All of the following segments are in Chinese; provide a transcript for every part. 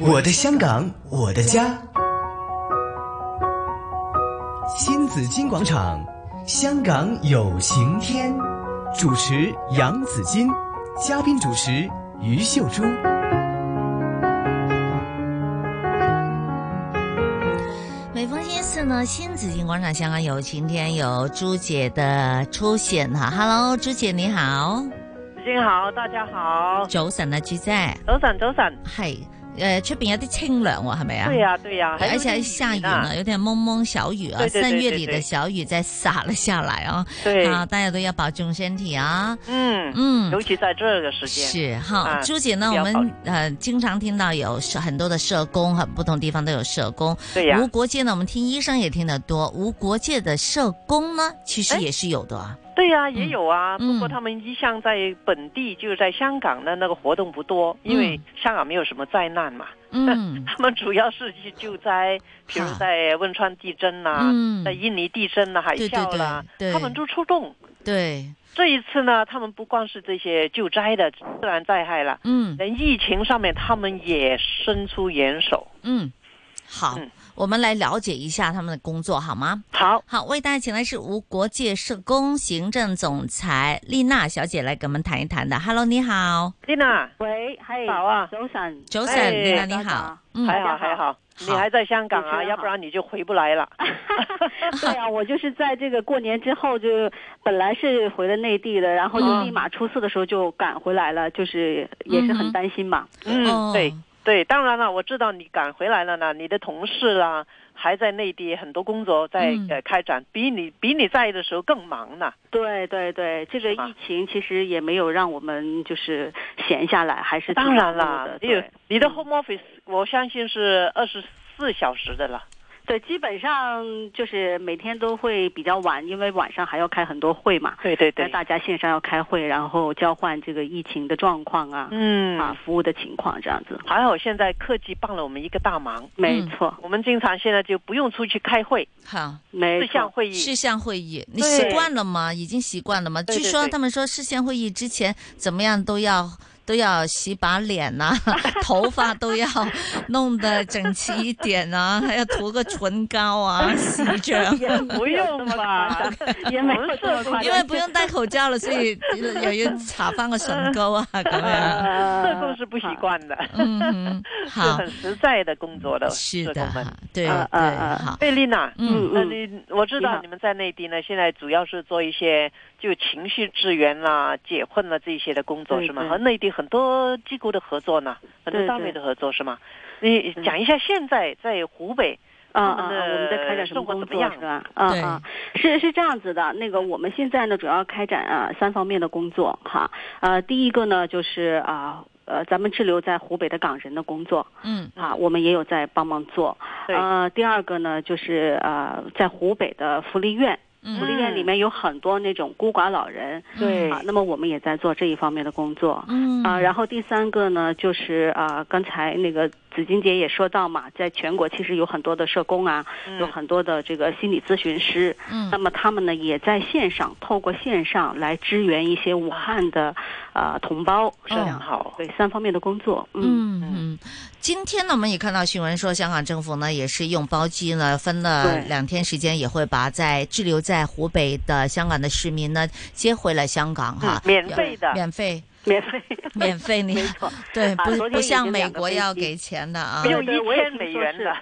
我的香港，我的家。新紫金广场，香港有晴天。主持杨紫金，嘉宾主持于秀珠。每逢星期四呢，新紫金广场香港有晴天有朱姐的出现哈，Hello，朱姐你好，先好，大家好，早晨啊，朱姐，早晨早晨，系诶出边有啲清涼喎，係咪啊？对呀、对呀、还有而且那还个下雨啊呢呢，有点蒙蒙小雨啊，对对对三月对里的对小雨在洒了下来啊，对，啊，大家都要保重身体啊，嗯嗯，尤其在这个时间，是哈，啊朱姐呢，比我较们呃经常听到有社很多的社工，很不同地方都有社工。对呀、无国界呢，我们听医生也听得多，无国界的社工呢，其实哎也是有的 啊。对呀、也有啊。嗯不过他们一向在本地，就是在香港的那个活动不多，因为香港没有什么灾难嘛。 嗯他们主要是去救灾，比如哈在汶川地震呐、嗯在，印尼地震呐、啊海对对啸啦、对对他们都出动。对，这一次呢，他们不光是这些救灾的自然灾害了，嗯连疫情上面他们也伸出援手。嗯，好嗯，我们来了解一下他们的工作好吗？好，好，为大家请来是无国界社工行政总裁丽娜小姐来给我们谈一谈的。Hello，你好，丽娜，喂，系早啊早晨，早晨，哎丽娜你大家好好，嗯，还好哎大家还好好，你好还在香港主持啊，人要不然你就回不来 了。对啊，我就是在这个过年之后就本来是回了内地的，然后就嗯立马初四的时候就赶回来了，就是也是嗯哼很担心嘛。哦嗯，对对，当然了，我知道你赶回来了呢，你的同事啦还在内地，很多工作在、嗯呃开展，比你比你在的时候更忙呢。对对对，这个是吧疫情其实也没有让我们就是闲下来，还是挺当然忙碌啦的，你有对你的嗯 home office，我相信是二十四小时的了。对，基本上就是每天都会比较晚，因为晚上还要开很多会嘛，对对那对，大家线上要开会，然后交换这个疫情的状况啊，嗯啊，，服务的情况这样子。还好现在科技帮了我们一个大忙，没嗯错，我们经常现在就不用出去开会，好。没事错项会议。视线会议，你对习惯了吗？已经习惯了吗？对据对说对他们说视线会议之前怎么样都要 都要洗把脸呐、 头发都要弄得整齐一点啊， 还要涂个唇膏 啊，洗着。不用 吧？也没有这么夸张，因为不用戴口罩了，所以又要擦翻个唇膏 啊，咁样。社社工是不习惯的，嗯哼，是好，很实在的工作的是社的，工们。哈对啊嗯对，嗯嗯好， 贝丽娜，嗯那嗯你我知你道好你们在内地呢，现在主要是做一些就情绪支援啦、解困啊啦这一些的工作对是吗？对和内地很多机构的合作呢，很多对嗯单位的合作是吗？你对讲一下现在在湖北，啊他啊，们啊的我们在开展什么工生活怎么作样是吧？啊对啊，是是这样子的，那个我们现在呢主要开展啊三方面的工作哈，呃，第一个呢就是啊。呃，咱们滞留在湖北的港人的工作嗯啊，我们也有在帮忙做。对呃，第二个呢，就是呃，在湖北的福利院，福利嗯嗯院里面有很多那种孤寡老人、对啊，那么我们也在做这一方面的工作。嗯啊，然后第三个呢，就是啊，刚才那个紫金姐也说到嘛，在全国其实有很多的社工啊，有嗯很多的这个心理咨询师，嗯那么他们呢也在线上，透过线上来支援一些武汉的啊同胞，这样好，对三方面的工作，嗯，哦嗯嗯，今天呢，我们也看到新闻说，香港政府呢也是用包机呢，分了对两天时间，也会把在滞留在湖北的香港的市民呢接回了香港哈嗯，免费的，免费免 费，免费你 没错，对啊不昨天不已像经美两个国飞要机给钱的啊没，有对对一我也千听美说元是的，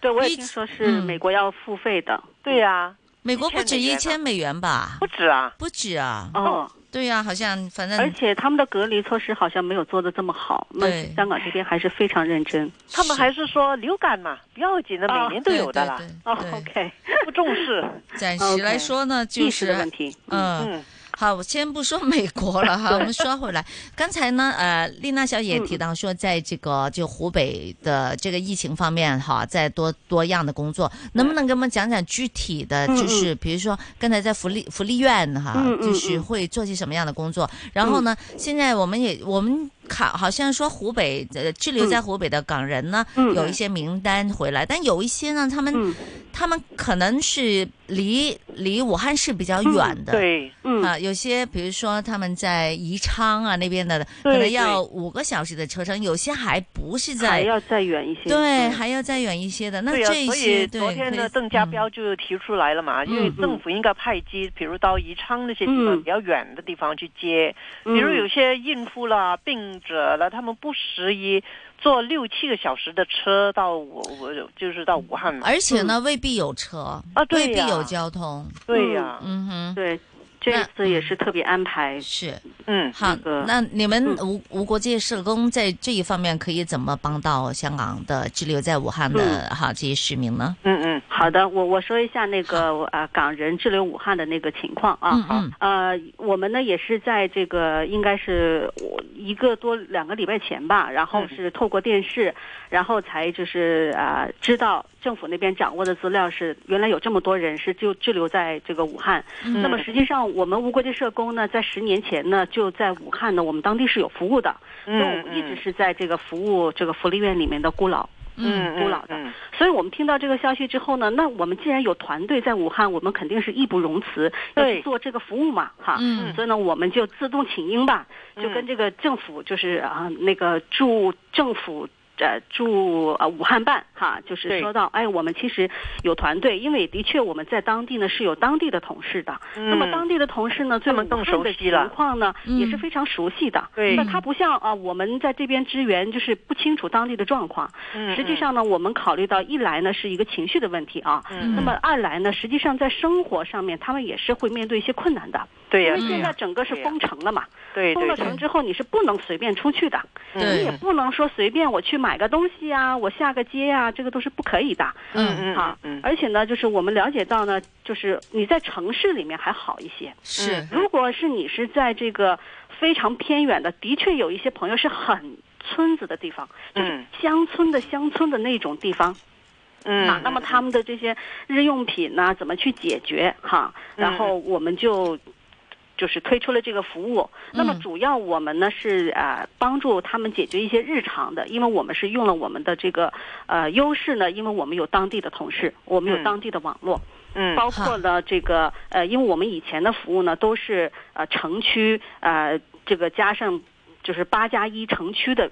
对我一也听说是嗯美国要付费的，对 呀，美国不止一1000千美元吧不？止啊，不止啊，哦，对呀、好像反而正且他们的隔离措施好像没有做的这么好，那对香港这边还是非常认真，他们还是说流感嘛，不要紧的，每啊年都对有的啦，哦对对对， ，OK，哦不重视，暂时来 OK 说呢，就意识是的问题，嗯。嗯，好，我先不说美国了 哈，我们说回来，刚才呢，呃，丽娜小姐提嗯到说，在这个就湖北的这个疫情方面哈，在多多样的工作，能不能给我们讲讲具体的，嗯就是比如说刚才在福利福利院哈嗯，嗯就是嗯会做些什么样的工作？然后呢，现在我们也我们卡，好像说湖北呃滞留在湖北的港人呢，嗯有一些名单回来，但有一些呢，他们、嗯他们可能是离离武汉市比较远的。对，嗯啊，有些比如说他们在宜昌啊那边的，对可能要五个小时的车程，有些还不是还在要再远一些。对，嗯还要再远一些的。那对啊，这所些以对，昨天可以呢，邓家彪就提出来了嘛，因为嗯政府应该派机，比如到宜昌那些地方嗯比较远的地方去接，比如有些孕妇啦、病者啦，他们不适宜坐六七个小时的车到我我就是到武汉嘛。哎而且呢，未必有车，啊对未必呀有交通。对呀、嗯哼，对，这次也是特别安排。是嗯，好。个那你们嗯无无国界社工在这一方面可以怎么帮到香港的滞留在武汉的哈这些市民呢？嗯嗯好的，我我说一下那个啊、呃港人滞留武汉的那个情况啊。嗯嗯呃，我们呢也是在这个应该是我一个多两个礼拜前吧，然后嗯是透过电视，然后才就是啊、呃知道政府那边掌握的资料是原来有这么多人是就滞留在这个武汉。嗯那么实际上我们无国界社工呢，在十年前呢就在武汉呢，我们当地是有服务的，所以我嗯们嗯，一直是在这个服务这个福利院里面的孤老。嗯嗯孤老的嗯所以我们听到这个消息之后呢，那我们既然有团队在武汉，我们肯定是义不容辞要对去做这个服务嘛，哈。嗯所以呢，我们就自动请缨吧，嗯就跟这个政府就是啊、那个驻政府。呃，驻呃武汉办哈，对就是说到，哎，我们其实有团队，因为的确我们在当地呢是有当地的同事的，嗯那么当地的同事呢，对他们武更汉熟的悉了情况呢，嗯也是非常熟悉的。对那他不像啊，我们在这边支援就是不清楚当地的状况。嗯实际上呢，我们考虑到一来呢是一个情绪的问题啊，嗯那么二来呢，实际上在生活上面他们也是会面对一些困难的，对因呀、为对现在呀、整个是对呀封城了嘛，对封对了对城之后你是不能随便出去的，嗯你也对不能说随便我去买个东西啊，我下个街啊，这个都是不可以的。嗯嗯好嗯而且呢，就是我们了解到呢，就是你在城市里面还好一些，是如果是你是在这个非常偏远的，的确有一些朋友是很村子的地方，就是嗯乡村的乡村的那种地方。嗯，啊，那么他们的这些日用品呢，怎么去解决哈？嗯然后我们就。就是推出了这个服务，那么嗯主要我们呢是呃帮助他们解决一些日常的，因为我们是用了我们的这个呃优势呢，因为我们有当地的同事，我们嗯有当地的网络，嗯包括了这个呃，因为我们以前的服务呢都是呃城区呃这个加上就是八加一城区的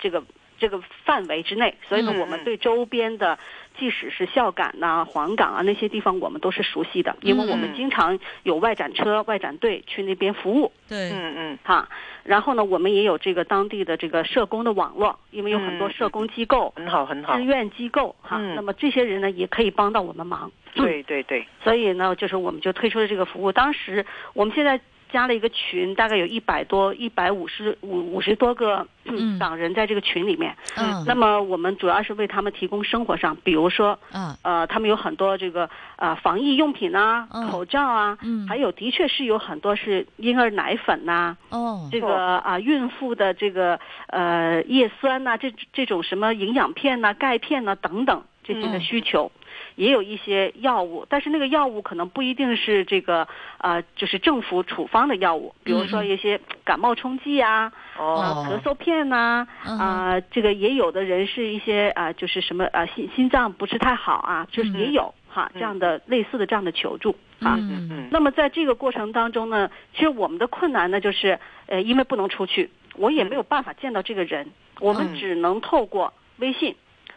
这个这个范围之内，所以呢嗯，我们对周边的即使是孝感呐、黄冈啊那些地方，我们都是熟悉的，因为我嗯们经常有外展车、外展队去那边服务。对，嗯嗯哈，然后呢，我们也有这个当地的这个社工的网络，因为有很多嗯社工机构、很好很好志，愿机构哈，嗯那么这些人呢也可以帮到我们忙。对对对，所以呢，就是我们就推出了这个服务。当时我们现在加了一个群，大概有一百多、一百五十五五十多个嗯港人在这个群里面。嗯那么我们主要是为他们提供生活上，比如说，啊呃，他们有很多这个呃防疫用品啊、嗯口罩啊，嗯还有的确是有很多是婴儿奶粉呐、哦这个啊、孕妇的这个呃叶酸呐、这这种什么营养片呐、钙片呐、等等这些的嗯需求，也有一些药物，但是那个药物可能不一定是这个呃就是政府处方的药物，比如说嗯一些感冒冲剂啊、哦，哦咳嗽片呐、嗯啊、这个也有的人是一些啊、就是什么啊、心心脏不是太好啊，就是也嗯有哈这样的类似的这样的求助啊。嗯嗯嗯那么在这个过程当中呢，其实我们的困难呢，就是呃，因为不能出去，我也没有办法见到这个人，我嗯们只能透过微信、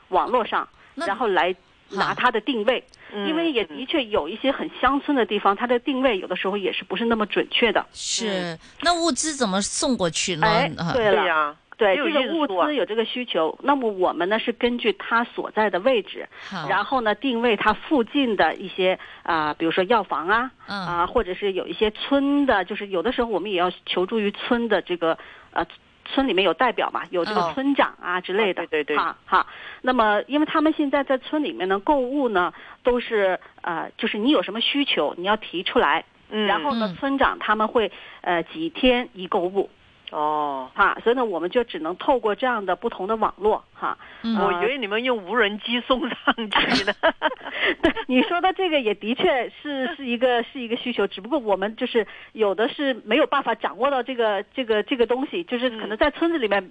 网络上，那然后来好拿他的定位，嗯因为也的确有一些很乡村的地方，他的定位有的时候也是不是那么准确的。是那物资怎么送过去呢？哎啊，对嗯对了。呀，对只有这运个物输啊资有这个需求，那么我们呢是根据他所在的位置，好，然后呢定位他附近的一些啊、比如说药房啊，嗯啊，或者是有一些村的，就是有的时候我们也要求助于村的这个呃村里面有代表嘛，有这哦个村长啊之类的，啊对对对哈哈。那么，因为他们现在在村里面呢，购物呢都是呃，就是你有什么需求，你要提出来，嗯然后呢嗯，村长他们会呃几天一购物。哦，哈、所以呢，我们就只能透过这样的不同的网络哈。嗯我以为你们用无人机送上去呢。对你说的这个也的确是是一个是一个需求，只不过我们就是有的是没有办法掌握到这个这个这个东西，就是可嗯能在村子里面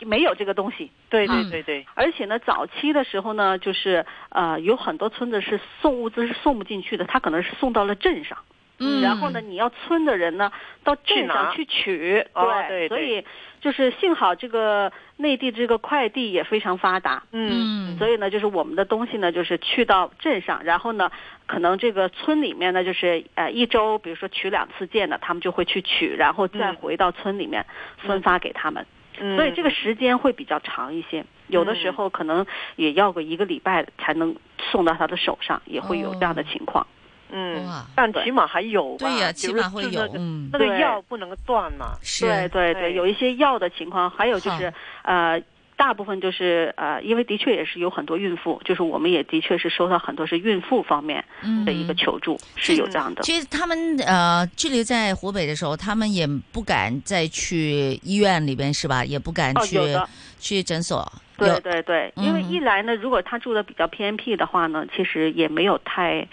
没有这个东西。 对对嗯对对，而且呢，早期的时候呢，就是呃，有很多村子是送物资是送不进去的，他可能是送到了镇上，嗯，然后呢，你要村的人呢到镇上去去取，哦对对所以就是幸好这个内地这个快递也非常发达，嗯嗯，所以呢，就是我们的东西呢，就是去到镇上，然后呢，可能这个村里面呢，就是呃一周，比如说取两次件呢，他们就会去取，然后再嗯回到村里面分发给他们，嗯，所以这个时间会比较长一些。有的时候可能也要个一个礼拜才能送到他的手上，也会有这样的情况。嗯哇，但对起码还有吧，嗯对呀，就起是码会就有那，个嗯，那个对药不能断嘛。是，对对对对，有一些药的情况，还有就好是呃，大部分就是呃，因为的确也是有很多孕妇，就是我们也的确是收到很多是孕妇方面嗯的一个求助，是有这样的。其实他们呃滞留在湖北的时候，他们也不敢再去医院里边是吧？也不敢哦，去、有的，去诊所。对有对对，因为嗯一来呢，如果他住的比较偏僻的话呢，其实也没有太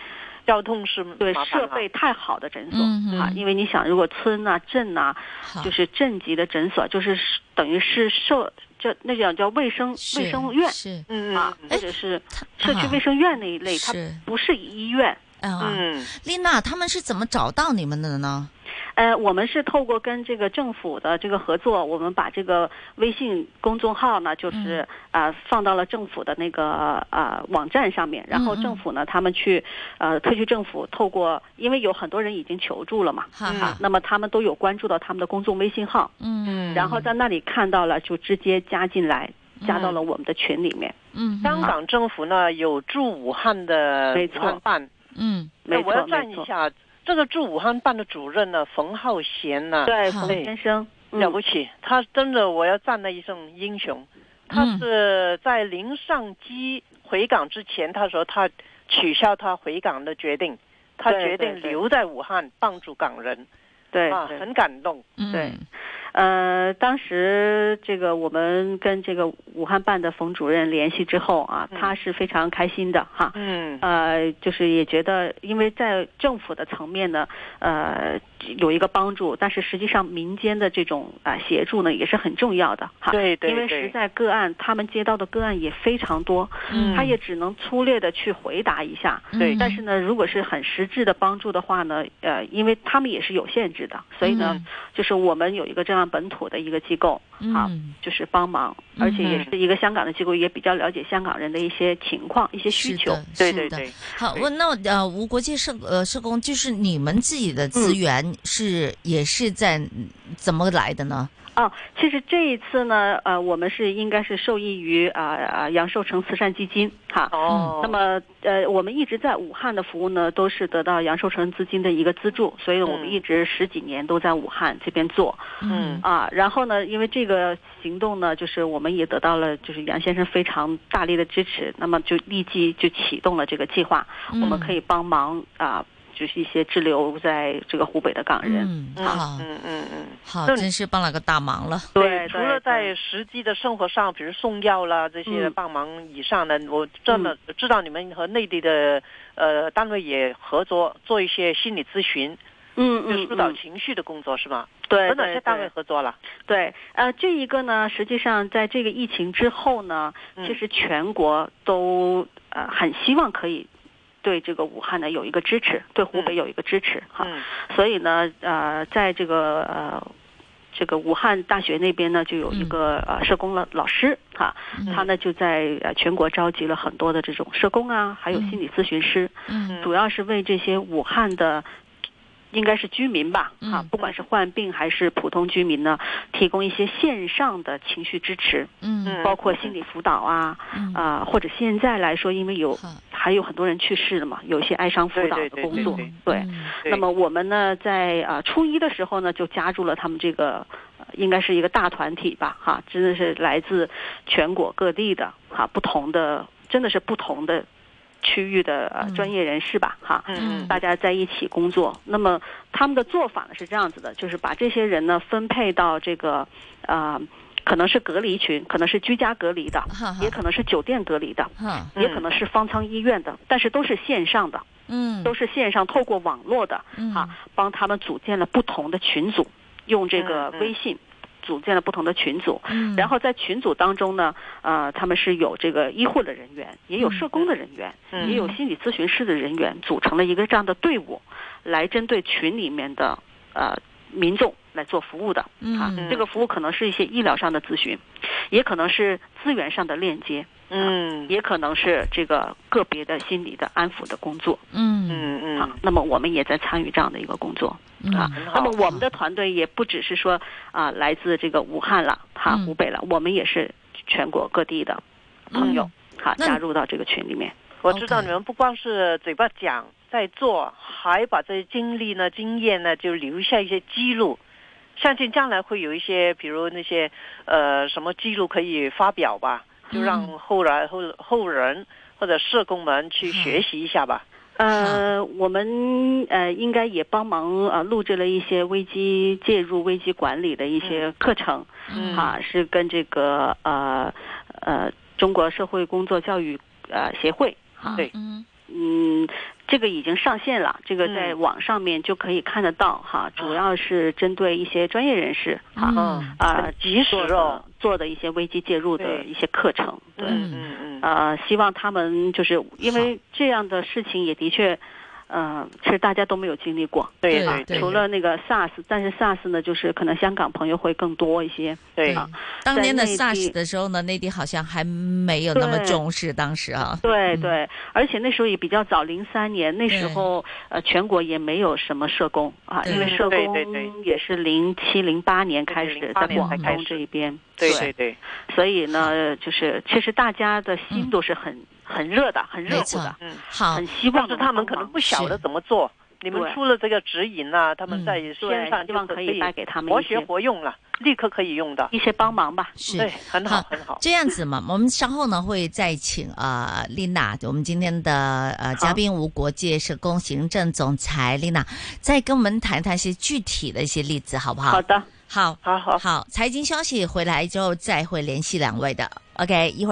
交通是麻对烦设了备太好的诊所嗯嗯啊，因为你想，如果村呐、镇呐，好就是镇级的诊所，就是等于是社这那叫叫卫生是卫生院是哎嗯啊，嗯或者是他啊社区卫生院那一类，它是不是医院。啊。嗯丽娜，他们是怎么找到你们的呢？呃，我们是透过跟这个政府的这个合作，我们把这个微信公众号呢，嗯就是啊、呃放到了政府的那个啊网站上面，然后嗯嗯政府呢，他们去呃特区政府透过，因为有很多人已经求助了嘛，哈嗯哈，那么他们都有关注到他们的公众微信号，嗯，然后在那里看到了就直接加进来，加嗯到了我们的群里面。嗯，嗯香港政府呢有驻武汉的没武错汉办，嗯，那没我要错，赞没一错，下这个驻武汉办的主任呢，冯浩贤呢，对，好冯先生。嗯了不起，他真的我要赞他一声英雄。他嗯是在临上机回港之前，他说他取消他回港的决定，他对决定对对留在武汉帮助港人对啊，对很感动。嗯对，呃，当时这个我们跟这个武汉办的冯主任联系之后啊，嗯他是非常开心的哈。嗯呃，就是也觉得，因为在政府的层面呢，呃，有一个帮助，但是实际上民间的这种啊、协助呢也是很重要的哈。对对因为对实在个案，他们接到的个案也非常多，嗯他也只能粗略的去回答一下。对嗯但是呢，如果是很实质的帮助的话呢，呃，因为他们也是有限制的，所以呢，嗯就是我们有一个这样本土的一个机构，啊，嗯就是帮忙，而且也是一个香港的机构，也比较了解香港人的一些情况、一些需是求的。对是对的对，好，对我那我呃，无国界社呃社工就是你们自己嗯的资源是、也是在嗯怎么来的呢？哦，其实这一次呢，呃，我们是应该是受益于啊啊、呃杨寿成慈善基金哈。哦，那么，呃，我们一直在武汉的服务呢，都是得到杨寿成资金的一个资助，所以我嗯们一直十几年都在武汉这边做。嗯啊，然后呢，因为这个行动呢，就是我们也得到了就是杨先生非常大力的支持，那么就立即就启动了这个计划，嗯我们可以帮忙啊，就是一些滞留在这个湖北的港人。嗯，嗯好嗯嗯嗯，好，那你真是帮了个大忙了。对，除了对在实际的生活上，比如送药啦这些的嗯帮忙以上呢，我真的知道你们和内地的呃单位也合作做一些心理咨询，嗯就嗯疏导嗯，情绪的工作是吗？对和哪对些单位对合作了？对，呃，这一个呢，实际上在这个疫情之后呢，嗯其实全国都呃很希望可以对这个武汉呢有一个支持，对湖嗯北有一个支持哈。嗯所以呢，呃，在这个呃这个武汉大学那边呢，就有一个、呃社工老老师哈，嗯他呢就在呃全国召集了很多的这种社工啊，还有嗯心理咨询师，嗯主要是为这些武汉的。应该是居民吧，哈、嗯不管是患病还是普通居民呢，提供一些线上的情绪支持，嗯嗯包括心理辅导啊，嗯，啊、或者现在来说，因为有好，还有很多人去世了嘛，有一些哀伤辅对导对的对工对作，对嗯对那么我们呢，在啊、呃初一的时候呢，就加入了他们这个，呃应该是一个大团体吧，哈，真的是来自全国各地的哈，不同的，真的是不同的区域的呃嗯专业人士吧，哈，嗯大家在一起工作。那么他们的做法呢是这样子的，就是把这些人呢分配到这个呃，可能是隔离群，可能是居家隔离的，哈哈也可能是酒店隔离的，哈，嗯也可能是方舱医院的，但是都是线上的，嗯，都是线上透过网络的，嗯啊，帮他们组建了不同的群组，用这个嗯嗯微信组建了不同的群组。嗯然后在群组当中呢，呃，他们是有这个医护的人员，也有社工的人员，嗯也有心理咨询师的人员，组成了一个这样的队伍，来针对群里面的呃民众来做服务的。啊嗯，这个服务可能是一些医疗上的咨询，也可能是资源上的链接，嗯也可能是这个个别的心理的安抚的工作。嗯嗯嗯啊，那么我们也在参与这样的一个工作。嗯啊很好那么我们的团队也不只是说啊、来自这个武汉了，哈，嗯湖北了，我们也是全国各地的朋友，哈，那加入到这个群里面。我知道 OK 你们不光是嘴巴讲，在做，还把这些经历呢、经验呢，就留下一些记录。相信将来会有一些，比如那些呃什么记录可以发表吧，就让后来后后人或者社工们去好学习一下吧。呃，我们呃应该也帮忙呃录制了一些危机介入、危机管理的一些课程，嗯哈、是跟这个呃呃中国社会工作教育呃协会。嗯对嗯嗯，这个已经上线了，这个在嗯网上面就可以看得到哈，啊主要是针对一些专业人士哈嗯啊很及时做哦的。做的一些危机介入的对一些课程，对，嗯嗯嗯呃，希望他们就是因为这样的事情也的确，呃，是大家都没有经历过，对对对除了那个 SARS，但是 SARS 呢，就是可能香港朋友会更多一些，对，啊当年的在内地 SARS 的时候呢，内地好像还没有那么对重视，当时啊，对嗯对，而且那时候也比较早，零三年那时对候，呃，全国也没有什么社工啊，因为对社对工对对也是零七零八年对开对始08在年广才开东这始一边，对对对，所以呢，就是其实大家的嗯心都是很很热的，很热没乎错啊的，哎嗯，好很，希但望是能他们帮可能忙不晓得怎么做。你们对出了这个指引啊，他们嗯在对线上希就望可以带给他们活一学些活用了，立刻可以用的。一些帮忙吧。是对，很好好很好。这样子嘛， 我们稍后呢会再请呃丽娜，我们今天的呃嘉宾无国界社工行政总裁丽娜，再跟我们谈谈一些具体的一些例子，好不好好？的。好，好好。好，财经消息回来之后再会联系两位的。OK，一会儿见。